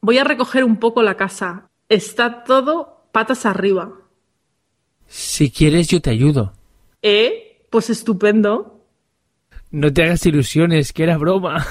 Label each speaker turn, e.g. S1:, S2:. S1: Voy a recoger un poco la casa. Está todo patas arriba.
S2: Si quieres yo te ayudo.
S1: ¿Eh? Pues estupendo.
S2: No te hagas ilusiones, que era broma.